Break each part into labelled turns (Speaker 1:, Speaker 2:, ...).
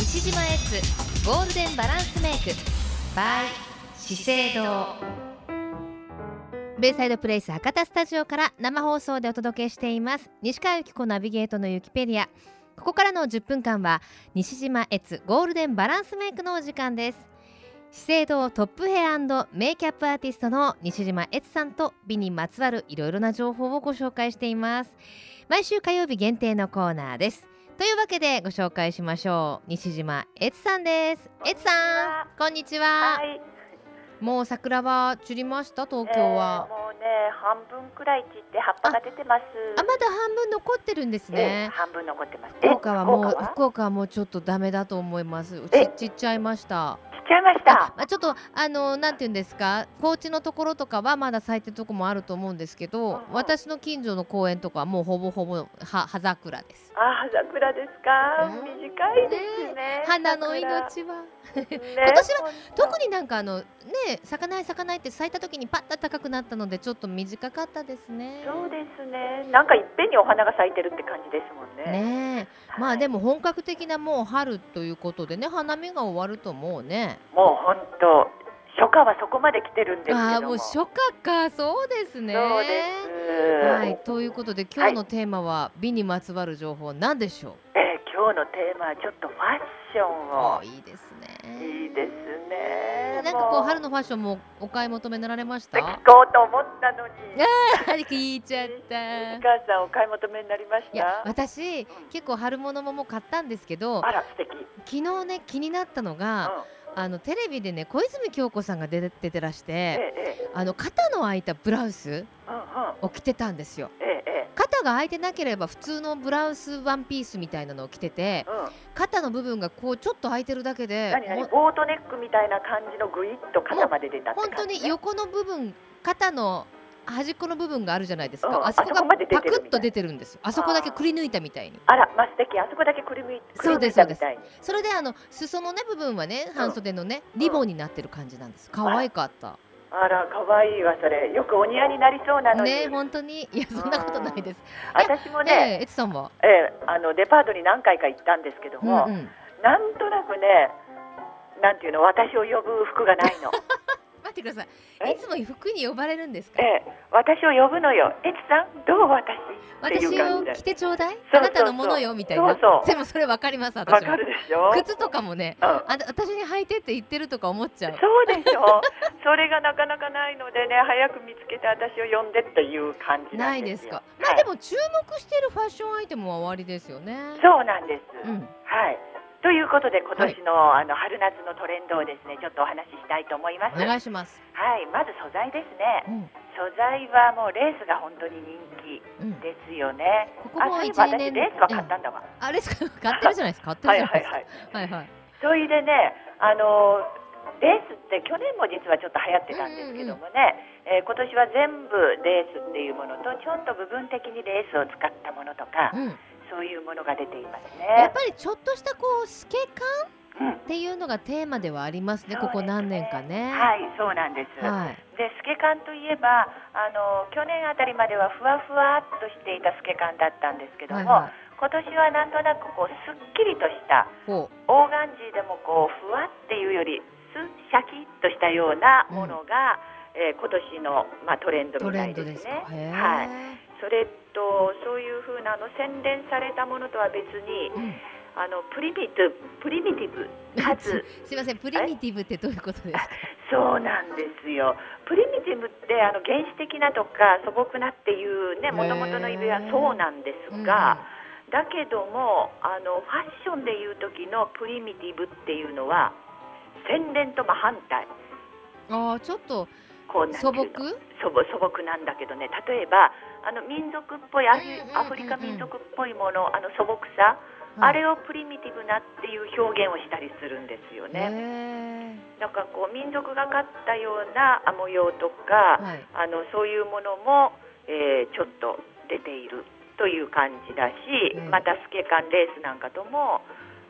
Speaker 1: 西島エッツゴールデンバランスメイク by 資生堂ベイサイドプレイス博多スタジオから生放送でお届けしています西川由紀子ナビゲートのユキペディアここからの10分間は西島エッツゴールデンバランスメイクのお時間です資生堂トップヘアメイキャップアーティストの西島悦さんと美にまつわるいろいろな情報をご紹介しています毎週火曜日限定のコーナーですというわけでご紹介しましょう西島悦さんです悦さんこんにちは、
Speaker 2: はい、
Speaker 1: もう桜は散りました東京
Speaker 2: えー
Speaker 1: は、
Speaker 2: もうね半分くらい散って葉っぱが出てます
Speaker 1: あまだ半分残ってるんです
Speaker 2: えー
Speaker 1: ね、
Speaker 2: 半分残ってます
Speaker 1: 福岡はもう福
Speaker 2: え
Speaker 1: 岡は
Speaker 2: 福岡は
Speaker 1: もうちょっとダメだと思いますう
Speaker 2: え
Speaker 1: ちちっちゃいました
Speaker 2: 散っちゃいました
Speaker 1: あまあちょっとあのなんていうんですか高知のところとかはまだ咲いてるとこもあると思うんですけど、
Speaker 2: うんうん
Speaker 1: 私の近所の公園とかはもうほぼほぼは葉桜です
Speaker 2: あー桜ですか、
Speaker 1: うん
Speaker 2: 短いですね
Speaker 1: 花の命
Speaker 2: 桜
Speaker 1: は
Speaker 2: ね
Speaker 1: 今年は
Speaker 2: 本当
Speaker 1: 特になんかあのね咲かない咲かないって咲いた時にパッと高くなったのでちょっと短かったですね
Speaker 2: そうですねなんかいっぺんにお花が咲いてるって感じですもんね
Speaker 1: ねえまあでも本格的なもう春ということでね花見が終わるともうね
Speaker 2: もう本当初夏はそこまで来てるんですけども
Speaker 1: ああーもう初夏かそうですね
Speaker 2: そうです、
Speaker 1: はい、ということで今日のテーマは美にまつわる情報なんでしょ
Speaker 2: えー今日のテーマはちょっとファッシ
Speaker 1: う、
Speaker 2: ョンを
Speaker 1: おいいです
Speaker 2: い
Speaker 1: ね
Speaker 2: いですね
Speaker 1: なんかこ
Speaker 2: も
Speaker 1: う春のファッションもお買い求めなられまし
Speaker 2: 聞
Speaker 1: た
Speaker 2: こうと思ったのに
Speaker 1: ね聞いちゃっ
Speaker 2: お
Speaker 1: た
Speaker 2: 母さんお買い求めになりまし
Speaker 1: いや
Speaker 2: た
Speaker 1: 私結構春物ももう買ったんですけど
Speaker 2: あら素敵、うん、
Speaker 1: 昨日ね気になったのが、あのテレビでね小泉京子さんが出て出てらし
Speaker 2: え
Speaker 1: て、
Speaker 2: えええ
Speaker 1: あの肩の開いたブラウス
Speaker 2: うんうん
Speaker 1: を着てたんですよ
Speaker 2: えええ
Speaker 1: 肩が開いてなければ普通のブラウスワンピースみたいなのを着てて
Speaker 2: えうん
Speaker 1: 肩の部分がこうちょっと開いてるだけで
Speaker 2: 何
Speaker 1: も
Speaker 2: 何
Speaker 1: う
Speaker 2: ボートネックみたいな感じのぐいっと肩まで出たって
Speaker 1: 本当
Speaker 2: 感じ、
Speaker 1: に
Speaker 2: ね、
Speaker 1: 横の部分肩の端っこの部分があるじゃないですか、
Speaker 2: うん
Speaker 1: あそこ
Speaker 2: あそ
Speaker 1: が
Speaker 2: こまで出
Speaker 1: パ
Speaker 2: てるみた
Speaker 1: ク
Speaker 2: い
Speaker 1: ッと出てるんですよあそこだけくり抜いたみたいに
Speaker 2: あらまあ素敵あそこだけくりむいく
Speaker 1: そ
Speaker 2: り
Speaker 1: う
Speaker 2: む
Speaker 1: で
Speaker 2: い
Speaker 1: すそ
Speaker 2: た
Speaker 1: うで
Speaker 2: み
Speaker 1: す
Speaker 2: たいに
Speaker 1: それであの裾のね部分はね半袖のね
Speaker 2: ん
Speaker 1: リボンになってる感じなんです可愛かった
Speaker 2: あら可愛いわそれよくお似合いになりそうなのに、
Speaker 1: ね本当にいやそんなことないです
Speaker 2: 私もね、
Speaker 1: ねええつさんは
Speaker 2: ええあのデパートに何回か行ったんですけど
Speaker 1: うん
Speaker 2: も、
Speaker 1: うん
Speaker 2: なんとなくねなんていうの私を呼ぶ服がないの
Speaker 1: 待ってくださ
Speaker 2: え
Speaker 1: いいつも服に呼ばれるんですか
Speaker 2: ええ、私を呼ぶのよ。えつさん、どう私ってい
Speaker 1: 私
Speaker 2: う感
Speaker 1: を
Speaker 2: じ
Speaker 1: 着
Speaker 2: で。
Speaker 1: てちょうだい
Speaker 2: そ
Speaker 1: あ
Speaker 2: うそうそう
Speaker 1: なたのものよみたい
Speaker 2: そ
Speaker 1: な
Speaker 2: うそう
Speaker 1: でもそれわかります
Speaker 2: わ
Speaker 1: 私
Speaker 2: か
Speaker 1: も
Speaker 2: るでしょ。
Speaker 1: 靴とかもね
Speaker 2: うん
Speaker 1: あ私に履いてって言ってるとか思っちゃう
Speaker 2: そうで しょ。それがなかなかないのでね、早く見つけて私を呼んでっていう感じ
Speaker 1: な
Speaker 2: なん
Speaker 1: い
Speaker 2: で
Speaker 1: ですす
Speaker 2: よ。
Speaker 1: か。
Speaker 2: は
Speaker 1: まあ
Speaker 2: い
Speaker 1: でも注目しているファッションアイテムは終わりですよね。
Speaker 2: そうなんです。
Speaker 1: うん。
Speaker 2: はい。ということで今年の、あの春夏のトレンドをですね、ちょっとお話ししたいと思います。
Speaker 1: お願いします。
Speaker 2: はい。まず素材ですね
Speaker 1: う。ん。
Speaker 2: 素材はもうレースが本当に人気
Speaker 1: うん。
Speaker 2: ですよね。
Speaker 1: ここも
Speaker 2: あ、そういえ
Speaker 1: 一
Speaker 2: ば
Speaker 1: 二
Speaker 2: 私
Speaker 1: 年。
Speaker 2: レースは買った
Speaker 1: うん
Speaker 2: んだわ。
Speaker 1: あれですか。買ってるじゃないですか。買ってる
Speaker 2: は
Speaker 1: じ
Speaker 2: い
Speaker 1: ゃ
Speaker 2: は
Speaker 1: ない
Speaker 2: い
Speaker 1: です
Speaker 2: はい。
Speaker 1: か。はいはい。
Speaker 2: それでね、あのレースって去年も実はちょっと流行ってたんですけどもね、えー今年は全部レースっていうものとちょっと部分的にレースを使ったものとか、
Speaker 1: うん。
Speaker 2: そういうものが出ています
Speaker 1: やっ
Speaker 2: ね。
Speaker 1: ぱりちょっとしたこう透け
Speaker 2: う
Speaker 1: 感
Speaker 2: ん
Speaker 1: っていうのがテーマではありますね。
Speaker 2: そう
Speaker 1: ここ
Speaker 2: ですね
Speaker 1: 何年かね。
Speaker 2: はい、そうなんです。
Speaker 1: はい。
Speaker 2: で透け感といえばあの去年あたりまではふわふわっとしていた透け感だったんですけど
Speaker 1: はい
Speaker 2: も、
Speaker 1: はい。
Speaker 2: 今年はなんとなくこうすっきりとした
Speaker 1: こう。
Speaker 2: オーガンジーでもこうふわっていうよりスシャキッとしたようなものが、えー今年の、まあ、トレンド
Speaker 1: ト
Speaker 2: みた
Speaker 1: レン
Speaker 2: い
Speaker 1: ドで
Speaker 2: で
Speaker 1: すす
Speaker 2: ね
Speaker 1: か。。へ
Speaker 2: はい、
Speaker 1: え。
Speaker 2: それとそういうふうなあの洗練されたものとは別に
Speaker 1: うん
Speaker 2: あのプリミティブプリミティブかつ
Speaker 1: すいません。プリミティブってどういうことですか。
Speaker 2: そうなんですよプリミティブってあの原始的なとか素朴なっていうねもともとの意味はそうなんですが。だけどもあのファッションでいう時のプリミティブっていうのは洗練と真反対
Speaker 1: うんうん。ああちょっと
Speaker 2: こうなんてい
Speaker 1: 素
Speaker 2: うの
Speaker 1: 朴。
Speaker 2: 素朴素朴なんだけどね例えばあの民族っぽいアフ
Speaker 1: うんうんうんうん
Speaker 2: アフリカ民族っぽいものあの素朴さ、あれをプリミティブなっていう表現をしたりするんですよ
Speaker 1: を
Speaker 2: ね。
Speaker 1: ね。
Speaker 2: なんかこう民族がかったようなあ模様とか、
Speaker 1: はい。
Speaker 2: あのそういうものも、えーちょっと出ているという感じだし、
Speaker 1: うん
Speaker 2: またスケカンレースなんかとも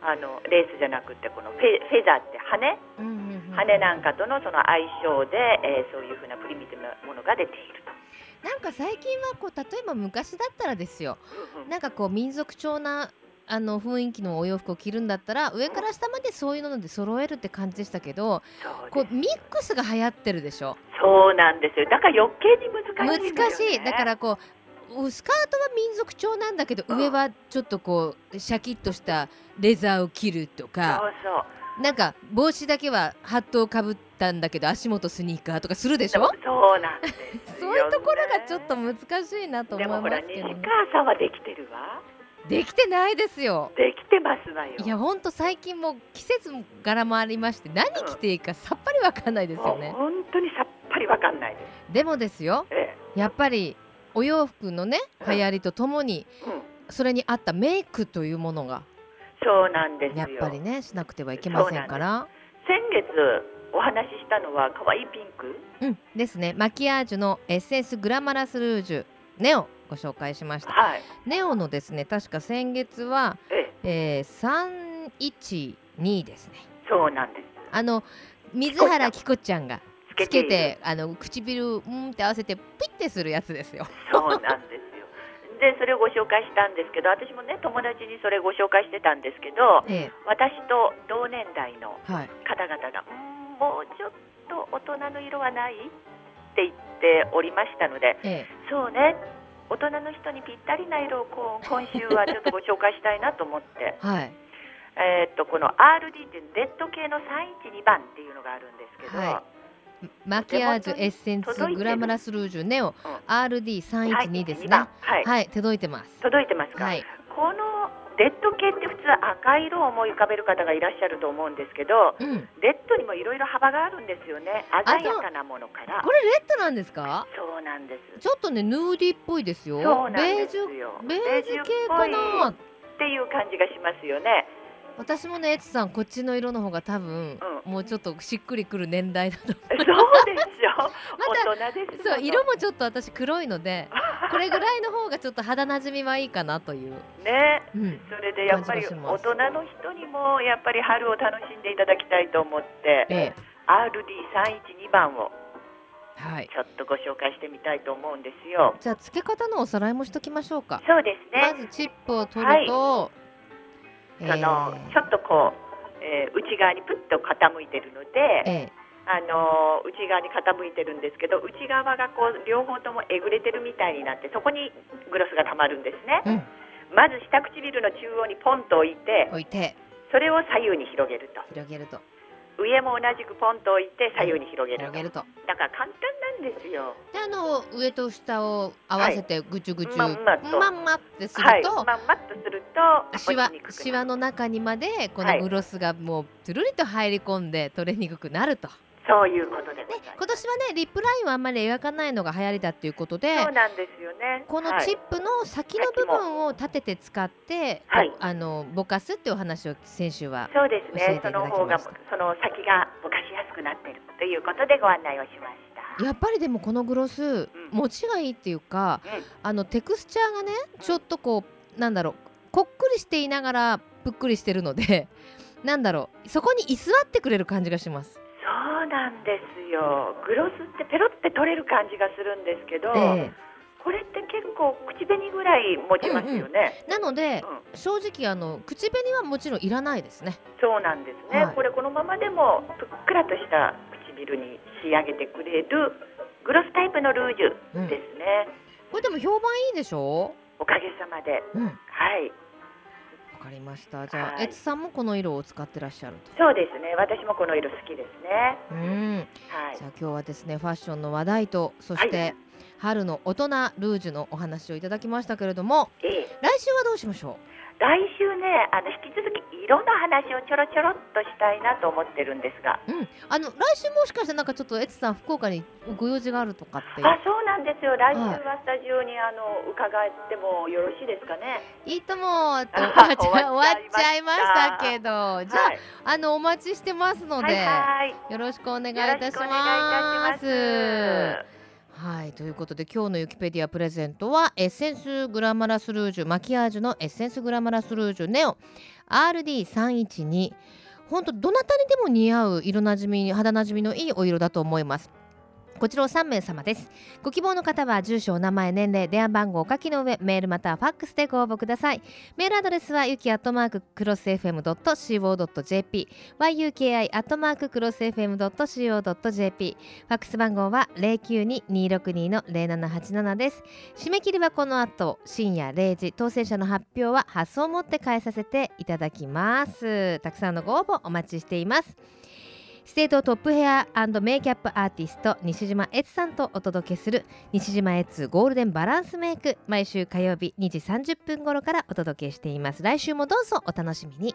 Speaker 2: あのレースじゃなくてこのフェフェザーって羽
Speaker 1: うんうんうん
Speaker 2: 羽なんかとのその相性で、えーそういうふうなプリミティブなものが出ていると。
Speaker 1: なんか最近はこう例えば昔だったらですよなんかこう民族調なあの雰囲気のお洋服を着るんだったら上から下までそういうので揃えるって感じでしたけど
Speaker 2: そう
Speaker 1: こ
Speaker 2: で
Speaker 1: うミックスが流行ってるでしょ
Speaker 2: すそうなんですよだから余計に難
Speaker 1: 難
Speaker 2: しいんだよ、ね、
Speaker 1: しいだからこうスカートは民族調なんだけど
Speaker 2: うん
Speaker 1: 上はちょっとこうシャキッとしたレザーを切るとか
Speaker 2: そうそう
Speaker 1: なんか帽子だけはハットをかぶったんだけど足元スニーカーとかするでしょ、
Speaker 2: そうなんですよ、ね
Speaker 1: そういうところがちょっと難しいなと思
Speaker 2: で
Speaker 1: いま
Speaker 2: も
Speaker 1: す
Speaker 2: ほら
Speaker 1: け
Speaker 2: 西
Speaker 1: ど、
Speaker 2: 川
Speaker 1: ね、
Speaker 2: さんはできてるわ
Speaker 1: できてないですよ
Speaker 2: できてますわよ
Speaker 1: いやほんと最近もう季節柄もありまして何着ていいかさっぱりわかんないですよね
Speaker 2: もう本当にさっぱりわかんないです
Speaker 1: でもですよ
Speaker 2: え
Speaker 1: やっぱりお洋服のね
Speaker 2: うん
Speaker 1: 流行りとともに
Speaker 2: えうん、
Speaker 1: それに合ったメイクというものが
Speaker 2: そうなんですよ
Speaker 1: やっぱりねしなくてはいけませんから
Speaker 2: 先月お話ししたのは可愛いピンク
Speaker 1: うんですねマキアージュのエッセンスグラマラスルージュネオご紹介しました
Speaker 2: はい
Speaker 1: ネオのですね確か先月は、
Speaker 2: ええ
Speaker 1: えー、312ですね
Speaker 2: そうなんです
Speaker 1: あの水原希子ちゃんが
Speaker 2: つ
Speaker 1: つ
Speaker 2: けてい
Speaker 1: け
Speaker 2: る
Speaker 1: てあの唇うんって合わせてピッてするやつですよ。
Speaker 2: そうなんですよ でそれをご紹介したんですけど私もね友達にそれご紹介してたんですけど
Speaker 1: え
Speaker 2: 私と同年代の
Speaker 1: え、はい。
Speaker 2: 方々がうんもうちょっと大人の色はないって言っておりましたので
Speaker 1: ええ、
Speaker 2: そうね大人の人にぴったりな色をこう今週はちょっとご紹介したいなと思って
Speaker 1: はい。
Speaker 2: えーっとこの RD っていうレッド系の312番っていうのがあるんですけど、
Speaker 1: はマキアージュエッセンツグラマラスルージュネオ
Speaker 2: うん
Speaker 1: RD312 です
Speaker 2: 312
Speaker 1: ね。
Speaker 2: 番はい、
Speaker 1: はい、手届いてます。
Speaker 2: 届いてますか、
Speaker 1: はい。
Speaker 2: このレッド系って普通赤色を思い浮かべる方がいらっしゃると思うんですけど
Speaker 1: うん。
Speaker 2: レッドにもいろいろ幅があるんですよね
Speaker 1: そう
Speaker 2: 鮮やかなものから
Speaker 1: これレッドなんですか？
Speaker 2: そうなんです
Speaker 1: ちょっとねヌーディっぽいですよ。
Speaker 2: そうなん
Speaker 1: ベー
Speaker 2: で
Speaker 1: ジ
Speaker 2: す
Speaker 1: ュ
Speaker 2: よ
Speaker 1: ベージュ系か
Speaker 2: ベージュっぽいっ
Speaker 1: な。
Speaker 2: ていう感じがしますよね
Speaker 1: 私もねエツさんこっちの色の方が多分、 もうちょっとしっくりくる年代だと。
Speaker 2: そうでしょ大人です
Speaker 1: そう
Speaker 2: もの
Speaker 1: 色もちょっと私黒いの でこれぐらいの方がちょっと肌なじみはいいかなという。
Speaker 2: ね
Speaker 1: うん。
Speaker 2: それでやっぱり
Speaker 1: 感じ
Speaker 2: 大人
Speaker 1: がし
Speaker 2: の
Speaker 1: ます
Speaker 2: 人にもやっぱり春を楽しんでいただきたいと思って、
Speaker 1: ええ。
Speaker 2: RD312 番を
Speaker 1: はい。
Speaker 2: ちょっとご紹介してみたいと思うんですよ。
Speaker 1: じゃあ付け方のおさらいもしときましょうか。
Speaker 2: そうですね、
Speaker 1: まずチップを取ると、え
Speaker 2: そのちょっとこう、えー内側にプッと傾いてるの
Speaker 1: え
Speaker 2: で、
Speaker 1: え
Speaker 2: あのー内側に傾いてるんですけど内側がこう両方ともえぐれてるみたいになってそこにグロスがたまるんですね、
Speaker 1: うん
Speaker 2: まず下唇の中央にポンと置いて
Speaker 1: 置いて
Speaker 2: それを左右に広げると
Speaker 1: 広げると
Speaker 2: 上も同じくポンと置いて左右に広げる
Speaker 1: 広
Speaker 2: と
Speaker 1: げると
Speaker 2: だから簡単なんですよ
Speaker 1: であの上と下を合わせてぐちゅぐちゅ、
Speaker 2: まんまと
Speaker 1: まんまってする
Speaker 2: はい、
Speaker 1: と、
Speaker 2: まんまっとすると
Speaker 1: シワ
Speaker 2: 落ちにくくなる
Speaker 1: シワの中にまでこ
Speaker 2: は
Speaker 1: の
Speaker 2: い
Speaker 1: グロスがもうつるりと入り込んで取れにくくなると、
Speaker 2: そういうことで
Speaker 1: で
Speaker 2: ございま
Speaker 1: 今年はねリップラインはあんまり描かないのが流行りだっていうことです
Speaker 2: そうなんですよね
Speaker 1: この
Speaker 2: はい
Speaker 1: チップの先の部分を立てて使って、
Speaker 2: はい
Speaker 1: あのぼかすっていうお話を先週は
Speaker 2: そうですね。
Speaker 1: 教えていた
Speaker 2: そ
Speaker 1: だ
Speaker 2: の
Speaker 1: き
Speaker 2: 方
Speaker 1: ま
Speaker 2: が
Speaker 1: した
Speaker 2: その先がぼかしやすくなっているということでご案内をしました。
Speaker 1: やっぱりでもこのグロス、持ちがいいっていうか、
Speaker 2: うん
Speaker 1: あのテクスチャーがねちょっとこうなんだろうこっくりしていながらぷっくりしてるので なんだろうそこに居座ってくれる感じがします。
Speaker 2: そうなんですよ。グロスってペロって取れる感じがするんですけど、
Speaker 1: え
Speaker 2: これって結構口紅ぐらい持ちますよね。
Speaker 1: えなので
Speaker 2: うん
Speaker 1: 正直あの口紅はもちろんいらないですね。
Speaker 2: そうなんですね。
Speaker 1: はい
Speaker 2: これこのままでもぷっくらとした唇に仕上げてくれるグロスタイプのルージ
Speaker 1: う
Speaker 2: ュ
Speaker 1: ん、
Speaker 2: で
Speaker 1: こ
Speaker 2: すね。
Speaker 1: れでも評判いいでしょ
Speaker 2: おかげさまで、
Speaker 1: う。うん、わ
Speaker 2: はい。
Speaker 1: かりました。じゃあ
Speaker 2: はい
Speaker 1: エツさんもこの色を使ってらっしゃると。
Speaker 2: そうですね。私もこの色好きですね。
Speaker 1: うん。
Speaker 2: はい
Speaker 1: じ。ゃあ今日はですねファッションの話題とそして、
Speaker 2: はい
Speaker 1: 春の大人ルージュのお話をいただきましたけれども
Speaker 2: ええ
Speaker 1: 来週はどうしましょ
Speaker 2: 来週ねあの引き続き色の話をちょろちょろっとしたいなと思ってるんですが、
Speaker 1: う、うん、あの来週もしかしてなんかちょっとエツさん福岡にご用事があるとかって
Speaker 2: あそうなんですよ来週はスタジオにあの伺ってもよろしいですかね、
Speaker 1: いいとも って終わっ
Speaker 2: あ
Speaker 1: ちゃ終
Speaker 2: 終
Speaker 1: わ
Speaker 2: わ
Speaker 1: っ
Speaker 2: っ
Speaker 1: ち
Speaker 2: ち
Speaker 1: ゃ
Speaker 2: ゃ
Speaker 1: い
Speaker 2: い
Speaker 1: ま
Speaker 2: ま
Speaker 1: し
Speaker 2: した
Speaker 1: たけど、じゃあ
Speaker 2: はい、
Speaker 1: あのお待ちしてますので、
Speaker 2: はいはい
Speaker 1: よろしくお願いい
Speaker 2: よろ
Speaker 1: たし
Speaker 2: しくお願
Speaker 1: ま
Speaker 2: いいたします
Speaker 1: す。はいということで今日のユキペディアプレゼントはエッセンスグラマラスルージュマキアージュのエッセンスグラマラスルージュネオ RD312 本当どなたにでも似合う色なじみ肌なじみのいいお色だと思いますこちらを3名様ですご希望の方は住所お名前年齢電話番号を書きの上メールまたはファックスでご応募くださいメールアドレスはゆきアットマーククロス FM.co.jp yuki アットマーククロス FM.co.jp ファックス番号は092-262-0787です締め切りはこの後深夜0時当選者の発表は発送をもって返させていただきますたくさんのご応募お待ちしています資生堂トップヘアメイキャップアーティスト西島悦さんとお届けする西島悦ゴールデンバランスメイク毎週火曜日2時30分頃からお届けしています来週もどうぞお楽しみに